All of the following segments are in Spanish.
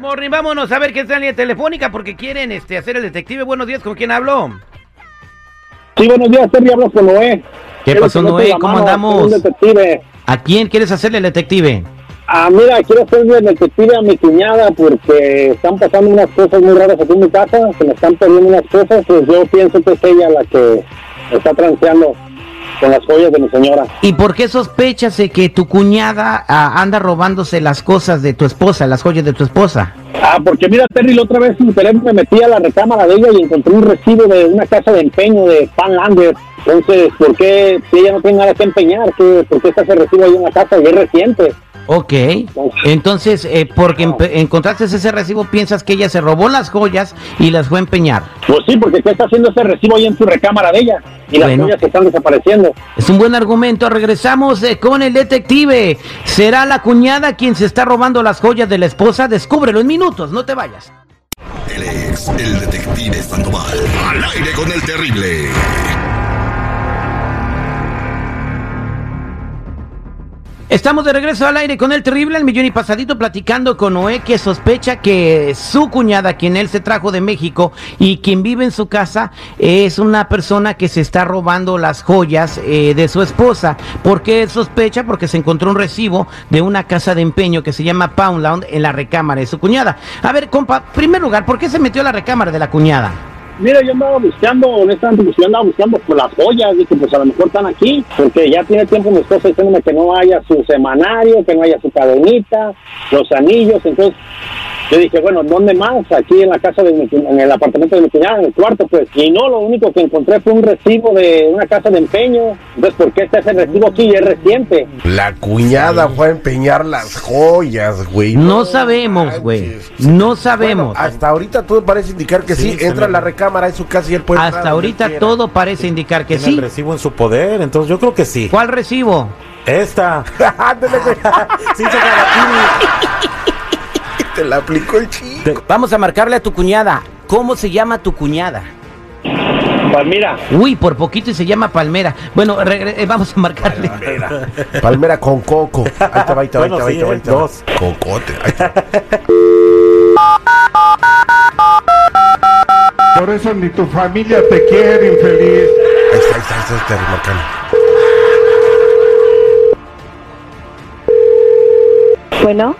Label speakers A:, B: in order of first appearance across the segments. A: Morning, vámonos a ver qué está en línea telefónica porque quieren este, hacer el detective. Buenos días, ¿con quién hablo?
B: Sí, buenos días, Sergio, hablas con Noé.
A: ¿Qué
B: Quiero
A: pasó,
B: que me
A: Noé?
B: eche la
A: ¿Cómo
B: mano,
A: andamos?
B: soy un detective.
A: ¿A quién quieres hacerle el detective?
B: Ah, mira, quiero ser el detective a mi cuñada porque están pasando unas cosas muy raras aquí en mi casa, se me están perdiendo unas cosas, pues yo pienso que es ella la que está transeando con las joyas de mi señora.
A: ¿Y por qué sospechas de que tu cuñada ah, anda robándose las cosas de tu esposa, las joyas de tu esposa?
B: Ah, porque mira, Terry, la otra vez sin querer me metí a la recámara de ella y encontré un recibo de una casa de empeño de Pan Lander. Entonces, ¿por qué, si ella no tiene nada que empeñar, ¿qué, por qué está ese recibo ahí en la casa y es reciente?
A: Ok, entonces eh, porque empe- encontraste ese recibo piensas que ella se robó las joyas y las fue a empeñar.
B: Pues sí, porque ¿qué está haciendo ese recibo ahí en su recámara de ella? Y las
A: Bueno.
B: joyas que están desapareciendo.
A: Es un buen argumento. Regresamos eh, con el detective. ¿Será la cuñada quien se está robando las joyas de la esposa? Descúbrelo en minutos, no te vayas.
C: Él es el detective Sandoval. Al aire con el terrible.
A: Estamos de regreso al aire con el terrible El Millón y Pasadito platicando con Noé que sospecha que su cuñada, quien él se trajo de México y quien vive en su casa, es una persona que se está robando las joyas eh, de su esposa. ¿Por qué sospecha? Porque se encontró un recibo de una casa de empeño que se llama Poundland en la recámara de su cuñada. A ver, compa, primer lugar, ¿por qué se metió a la recámara de la cuñada?
B: Mira, yo andaba buscando, honestamente, pues yo andaba buscando por las joyas, dije, pues a lo mejor están aquí, porque ya tiene tiempo mi esposa diciéndome que no haya su semanario, que no haya su cadenita, los anillos, entonces yo dije, bueno, ¿dónde más? Aquí en la casa de mi, cu- en el apartamento de mi cuñada, en el cuarto, pues, y no, lo único que encontré fue un recibo de una casa de empeño, entonces, ¿por qué está ese recibo aquí y es reciente?
D: La cuñada fue a empeñar las joyas, güey.
A: No sabemos,
D: manches.
A: güey. No sabemos.
D: Bueno, hasta ahorita todo parece indicar que sí,
E: Sí, se
D: entra a
E: le-
D: la recámara de su casa y él puede
A: Hasta ahorita todo parece indicar que
E: Tiene el
A: sí.
E: recibo en su poder, entonces yo creo que sí.
A: ¿Cuál recibo?
E: Esta. sí, Chacalaquini.
D: Te la aplicó el chico.
A: Vamos a marcarle a tu cuñada. ¿Cómo se llama tu cuñada?
B: Pues mira,
A: Uy, por poquito y se llama Palmera. Bueno, regre- eh, vamos a marcarle.
D: Palmera con coco. Ahí te va, ahí te va, ahí te
E: Bueno,
D: va, ahí
E: sí,
D: te va,
E: eh,
D: ahí te va.
E: dos.
D: Cocote. Ahí te va.
F: Por eso ni tu familia te quiere, infeliz.
D: Ahí está, ahí está, ahí está, ahí está, marcando.
G: Bueno,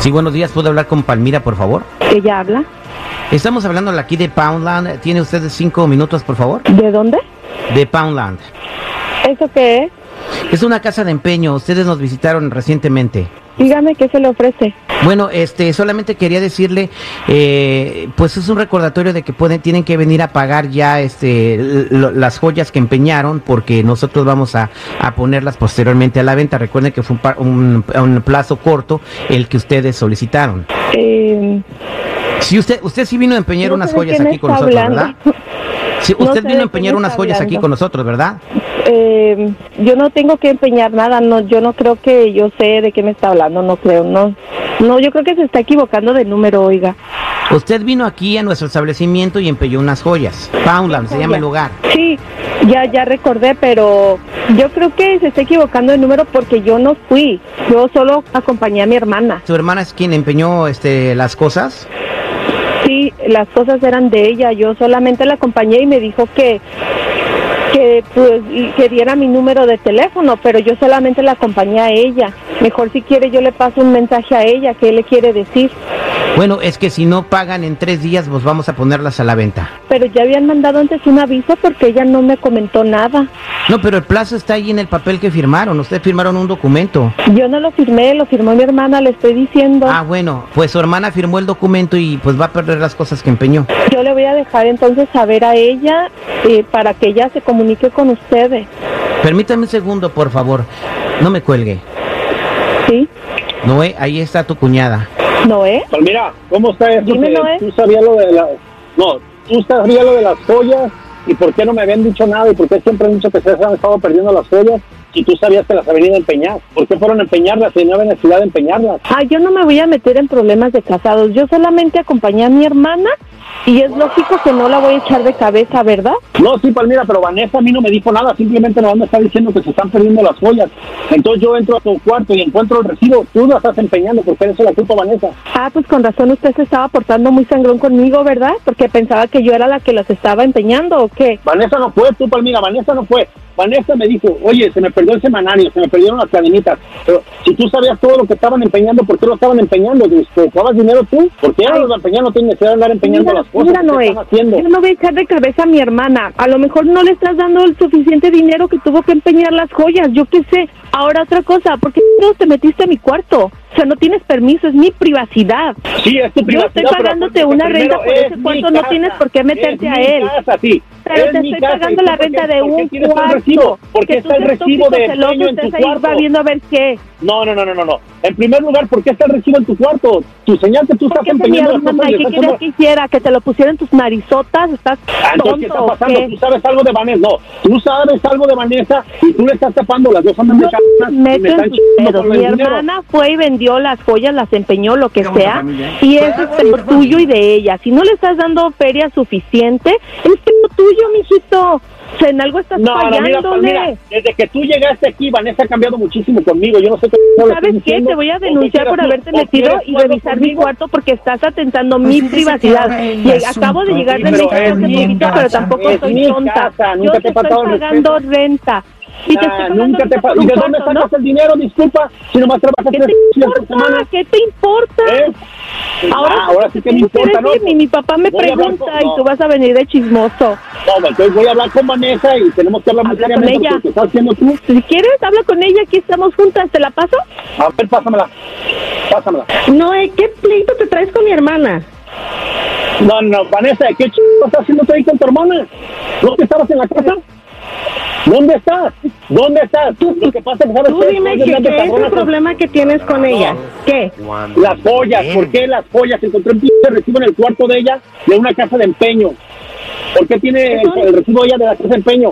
A: Sí, buenos días. ¿Puedo hablar con Palmira, por favor?
G: ella habla.
A: Estamos hablando aquí de Poundland. ¿Tiene usted cinco minutos, por favor?
G: ¿De dónde?
A: De Poundland.
G: ¿Eso qué es?
A: Es una casa de empeño. Ustedes nos visitaron recientemente.
G: Dígame qué se le ofrece.
A: Bueno, este, solamente quería decirle, eh, pues es un recordatorio de que pueden, tienen que venir a pagar ya, este, lo- las joyas que empeñaron, porque nosotros vamos a, a ponerlas posteriormente a la venta. Recuerden que fue un, pa- un- un plazo corto el que ustedes solicitaron.
G: Eh,
A: Si usted, usted sí vino a empeñar
G: no
A: unas
G: sé de
A: joyas
G: quién
A: aquí con
G: está
A: nosotros,
G: hablando.
A: ¿verdad? Sí,
G: No
A: usted
G: sé
A: vino a
G: de
A: empeñar
G: quién
A: unas
G: está
A: joyas aquí
G: hablando.
A: con nosotros, ¿verdad?
G: Eh, yo no tengo que empeñar nada, no, yo no creo que yo sé de qué me está hablando, no creo, no. No, yo creo que se está equivocando de número, oiga.
A: Usted vino aquí a nuestro establecimiento y empeñó unas joyas. Poundland se llama el lugar.
G: Sí, ya, ya recordé, pero yo creo que se está equivocando de número porque yo no fui, yo solo acompañé a mi hermana.
A: ¿Su hermana es quien empeñó, este, las cosas?
G: Sí, las cosas eran de ella. Yo solamente la acompañé y me dijo que que pues y que diera mi número de teléfono, pero yo solamente la acompañé a ella. Mejor si quiere yo le paso un mensaje a ella que le quiere decir.
A: Bueno, es que si no pagan en tres días, pues vamos a ponerlas a la venta.
G: Pero ya habían mandado antes un aviso porque ella no me comentó nada.
A: No, pero el plazo está ahí en el papel que firmaron. Ustedes firmaron un documento.
G: Yo no lo firmé, lo firmó mi hermana, le estoy diciendo.
A: Ah, bueno, pues su hermana firmó el documento y pues va a perder las cosas que empeñó.
G: Yo le voy a dejar entonces saber a ella eh, para que ella se comunique con ustedes,
A: Permítame un segundo, por favor. No me cuelgue.
G: ¿sí?
A: Noé, ahí está tu cuñada.
G: ¿No eh? es?
B: pues mira, ¿cómo está eso?
G: Dime,
B: que
G: Noé.
B: Tú sabías lo de la... No, tú sabías lo de las joyas y por qué no me habían dicho nada y por qué siempre han dicho que se han estado perdiendo las joyas y tú sabías que las habían ido a empeñar. ¿Por qué fueron a empeñarlas si no había necesidad de empeñarlas?
G: Ah, yo no me voy a meter en problemas de casados. Yo solamente acompañé a mi hermana Y es lógico que no la voy a echar de cabeza, ¿verdad?
B: No, sí, Palmira, pero Vanessa a mí no me dijo nada, simplemente no me está diciendo que se están perdiendo las joyas. Entonces yo entro a tu cuarto y encuentro el recibo, tú lo estás empeñando porque eres la culpa, Vanessa.
G: Ah, pues con razón usted se estaba portando muy sangrón conmigo, ¿verdad? Porque pensaba que yo era la que las estaba empeñando o qué.
B: Vanessa no fue, tú, Palmira, Vanessa no fue. Vanessa me dijo, oye, se me perdió el semanario, se me perdieron las cadenitas. Pero si tú sabías todo lo que estaban empeñando, ¿por qué lo estaban empeñando? ¿Te ocupabas dinero tú? ¿Por qué ahora los empeñaron? No tienes necesidad de andar empeñando
G: Mira,
B: las cosas.
G: mira,
B: ¿Qué
G: Noé,
B: están haciendo?
G: yo no voy a echar de cabeza a mi hermana. A lo mejor no le estás dando el suficiente dinero que tuvo que empeñar las joyas. Yo qué sé. Ahora otra cosa, ¿por qué no te metiste a mi cuarto? O sea, no tienes permiso, es mi privacidad.
B: Sí, es tu
G: Yo
B: privacidad.
G: estoy
B: pero
G: pagándote
B: acuérdate
G: una
B: que primero
G: renta por
B: es
G: ese
B: mi
G: cuarto, no tienes por qué
B: es
G: meterte a
B: mi
G: él.
B: casa, sí.
G: Pero
B: Es
G: te
B: mi
G: estoy
B: casa, ¿y
G: pagando
B: tú
G: la
B: por qué-
G: renta de
B: por qué
G: un
B: quieres un
G: cuarto.
B: recibo? ¿Por qué
G: que
B: está el recibo de empeño en tu cuarto?
G: Va viendo a ver qué.
B: No, no, no, no, no, no. En primer lugar, ¿por qué está el recibo en tu cuarto? Tu señal que tú
G: ¿Por
B: estás
G: qué es de mi
B: empeñando las
G: hermana?
B: cosas
G: ¿Y
B: y estás
G: ¿Qué querías
B: haciendo-
G: que hiciera? ¿Que te lo pusieran tus narizotas? ¿Estás
B: Ah, Entonces, ¿qué
G: tonto
B: está
G: o
B: pasando? Pues,
G: qué?
B: Tú sabes algo de Vanessa. No, tú sabes algo de Vanessa y tú le estás tapando. Las dos andan de
G: No
B: cabronas y
G: me
B: me
G: meto en
B: están
G: sus
B: chingando
G: pedos.
B: con
G: Mi
B: el dinero.
G: hermana fue y vendió las joyas, las empeñó, lo que
F: Qué bonita
G: sea.
F: familia, ¿eh?
G: Y eso es pedo tuyo y de ella. Si no le estás dando feria suficiente, es pedo tuyo, mijito. O sea, en algo estás
B: No, no, mira, pues,
G: fallándole.
B: mira, desde que tú llegaste aquí, Vanessa ha cambiado muchísimo conmigo. Yo no sé qué. le estoy
G: ¿Sabes qué?
B: diciendo,
G: Te voy a
B: o qué
G: denunciar
B: quieras
G: por
B: tú,
G: haberte
B: o
G: metido
B: quieres
G: y
B: tú algo
G: revisar mi
B: conmigo. Pues
G: cuarto porque estás atentando mi privacidad. Lleg- Acabo de llegar de
B: Sí,
G: mi
B: pero
G: casa
B: es
G: hace
B: mi
G: poquito, pero
B: casa,
G: tampoco
B: es
G: soy
B: mi
G: tonta.
B: casa,
G: Yo
B: nunca
G: te
B: te he
G: estoy
B: faltado el
G: pagando renta. Y te
B: Ah,
G: estoy pagando
B: nunca te
G: renta por
B: pa- ¿Y
G: un
B: de dónde
G: cuarto, ¿no?
B: sacas el dinero? Disculpa, si nomás trabajas
G: ¿Qué
B: tres
G: te
B: días por
G: importa?
B: semana.
G: ¿Qué te importa?
B: ¿Eh?
G: Ahora,
B: Ah, ahora sí que me importa, ¿no?
G: Mi, mi papá me
B: Voy a hablar
G: pregunta
B: con-
G: y
B: no.
G: tú vas a venir de chismoso.
B: No, entonces voy a hablar con Vanessa y tenemos que hablar muy
G: Habla con
B: seriamente
G: ella.
B: porque lo que estás haciendo tú.
G: Si quieres, habla con ella, aquí estamos juntas, ¿te la paso?
B: A ver, pásamela. Pásamela.
G: No, ¿eh? ¿qué pleito te traes con mi hermana?
B: No, no, Vanessa, ¿qué ch... estás haciendo tú ahí con tu hermana? ¿No que estabas en la casa? ¿Dónde estás? ¿Dónde estás? Tú, lo que pasa es que sabes
G: Tú
B: que
G: dime
B: estoy
G: que,
B: hablando
G: qué es el
B: cabronas con-
G: problema que tienes con ella. ¿Qué?
B: Las joyas, ¿por qué las joyas? Encontré un pinche recibo en el cuarto de ella de una casa de empeño. ¿Por qué tiene el, el recibo ella de la casa de empeño?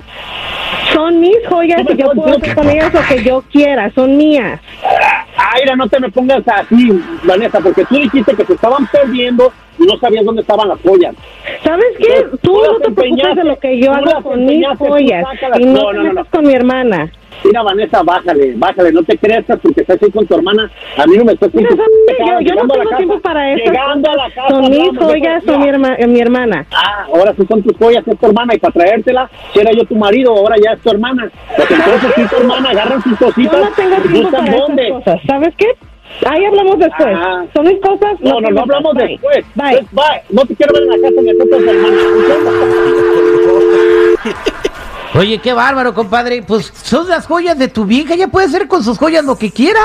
G: Son mis joyas
B: Tú me
G: y yo
B: estás
G: puedo
B: diciendo
G: hacer con ellas lo que yo quiera, son mías.
B: Aira, Ah, no te me pongas así, Vanessa, porque tú dijiste que se estaban perdiendo y no sabías dónde estaban las joyas.
G: ¿Sabes qué?
B: Tú-
G: Tú
B: tú
G: no
B: las
G: te preocupes de
B: empeñaste,
G: lo que yo
B: tú
G: hago
B: las
G: con mis
B: empeñaste, tú
G: joyas
B: sácalas.
G: y no
B: No, no,
G: te
B: no,
G: metas
B: no.
G: con mi hermana.
B: Mira, Vanessa, bájale, bájale, no te crezcas porque estás ahí con tu hermana. A mí no me estás
G: Mira, ¿sabes qué?
B: Llegando
G: Yo, yo no
B: a la
G: tengo
B: casa,
G: tiempo para eso.
B: Llegando a la casa.
G: Son mis
B: hablamos de
G: joyas, son mi,
B: joyas.
G: herma- eh, mi hermana.
B: Ah, ahora sí son tus joyas, es tu hermana, y para traértela, si era yo tu marido, ahora ya es tu hermana. Porque entonces sí, tu hermana, agarran sus
G: Yo
B: cositas.
G: no tengo
B: y
G: tiempo
B: buscan
G: para
B: dónde.
G: esas cosas. ¿Sabes qué? Ahí hablamos después.
B: Ah.
G: Son mis cosas.
B: No, no,
G: te
B: no
G: metas.
B: hablamos
G: Bye.
B: después.
G: Bye.
B: Pues, bye. No te quiero ver en la casa, me toca tu hermana.
A: Oye, qué bárbaro, compadre. Pues son las joyas de tu vieja. Ya puede hacer con sus joyas lo que quiera.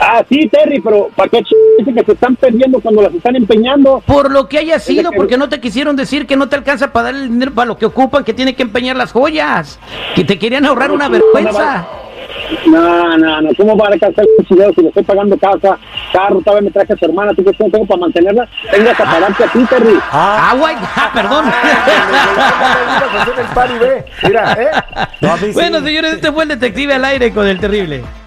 B: Ah, sí, Terry, pero ¿para qué ch... dice que se están perdiendo cuando las están empeñando?
A: Por lo que haya sido,
B: que-
A: porque no te quisieron decir que no te alcanza para dar el dinero para lo que ocupan, que tiene que empeñar las joyas. Que te querían ahorrar una vergüenza.
B: No, no, no, ¿cómo va a alcanzar el dinero si le estoy pagando casa, carro, tal vez me traje a su hermana, tú crees que no tengo para mantenerla? Tengo que pagarte a ti, Terry.
E: Ah,
A: Ah, guay. Ah, perdón.
D: Mira, ¿eh?
E: no, a mí sí.
A: Bueno, señores, este fue el detective al aire con el terrible.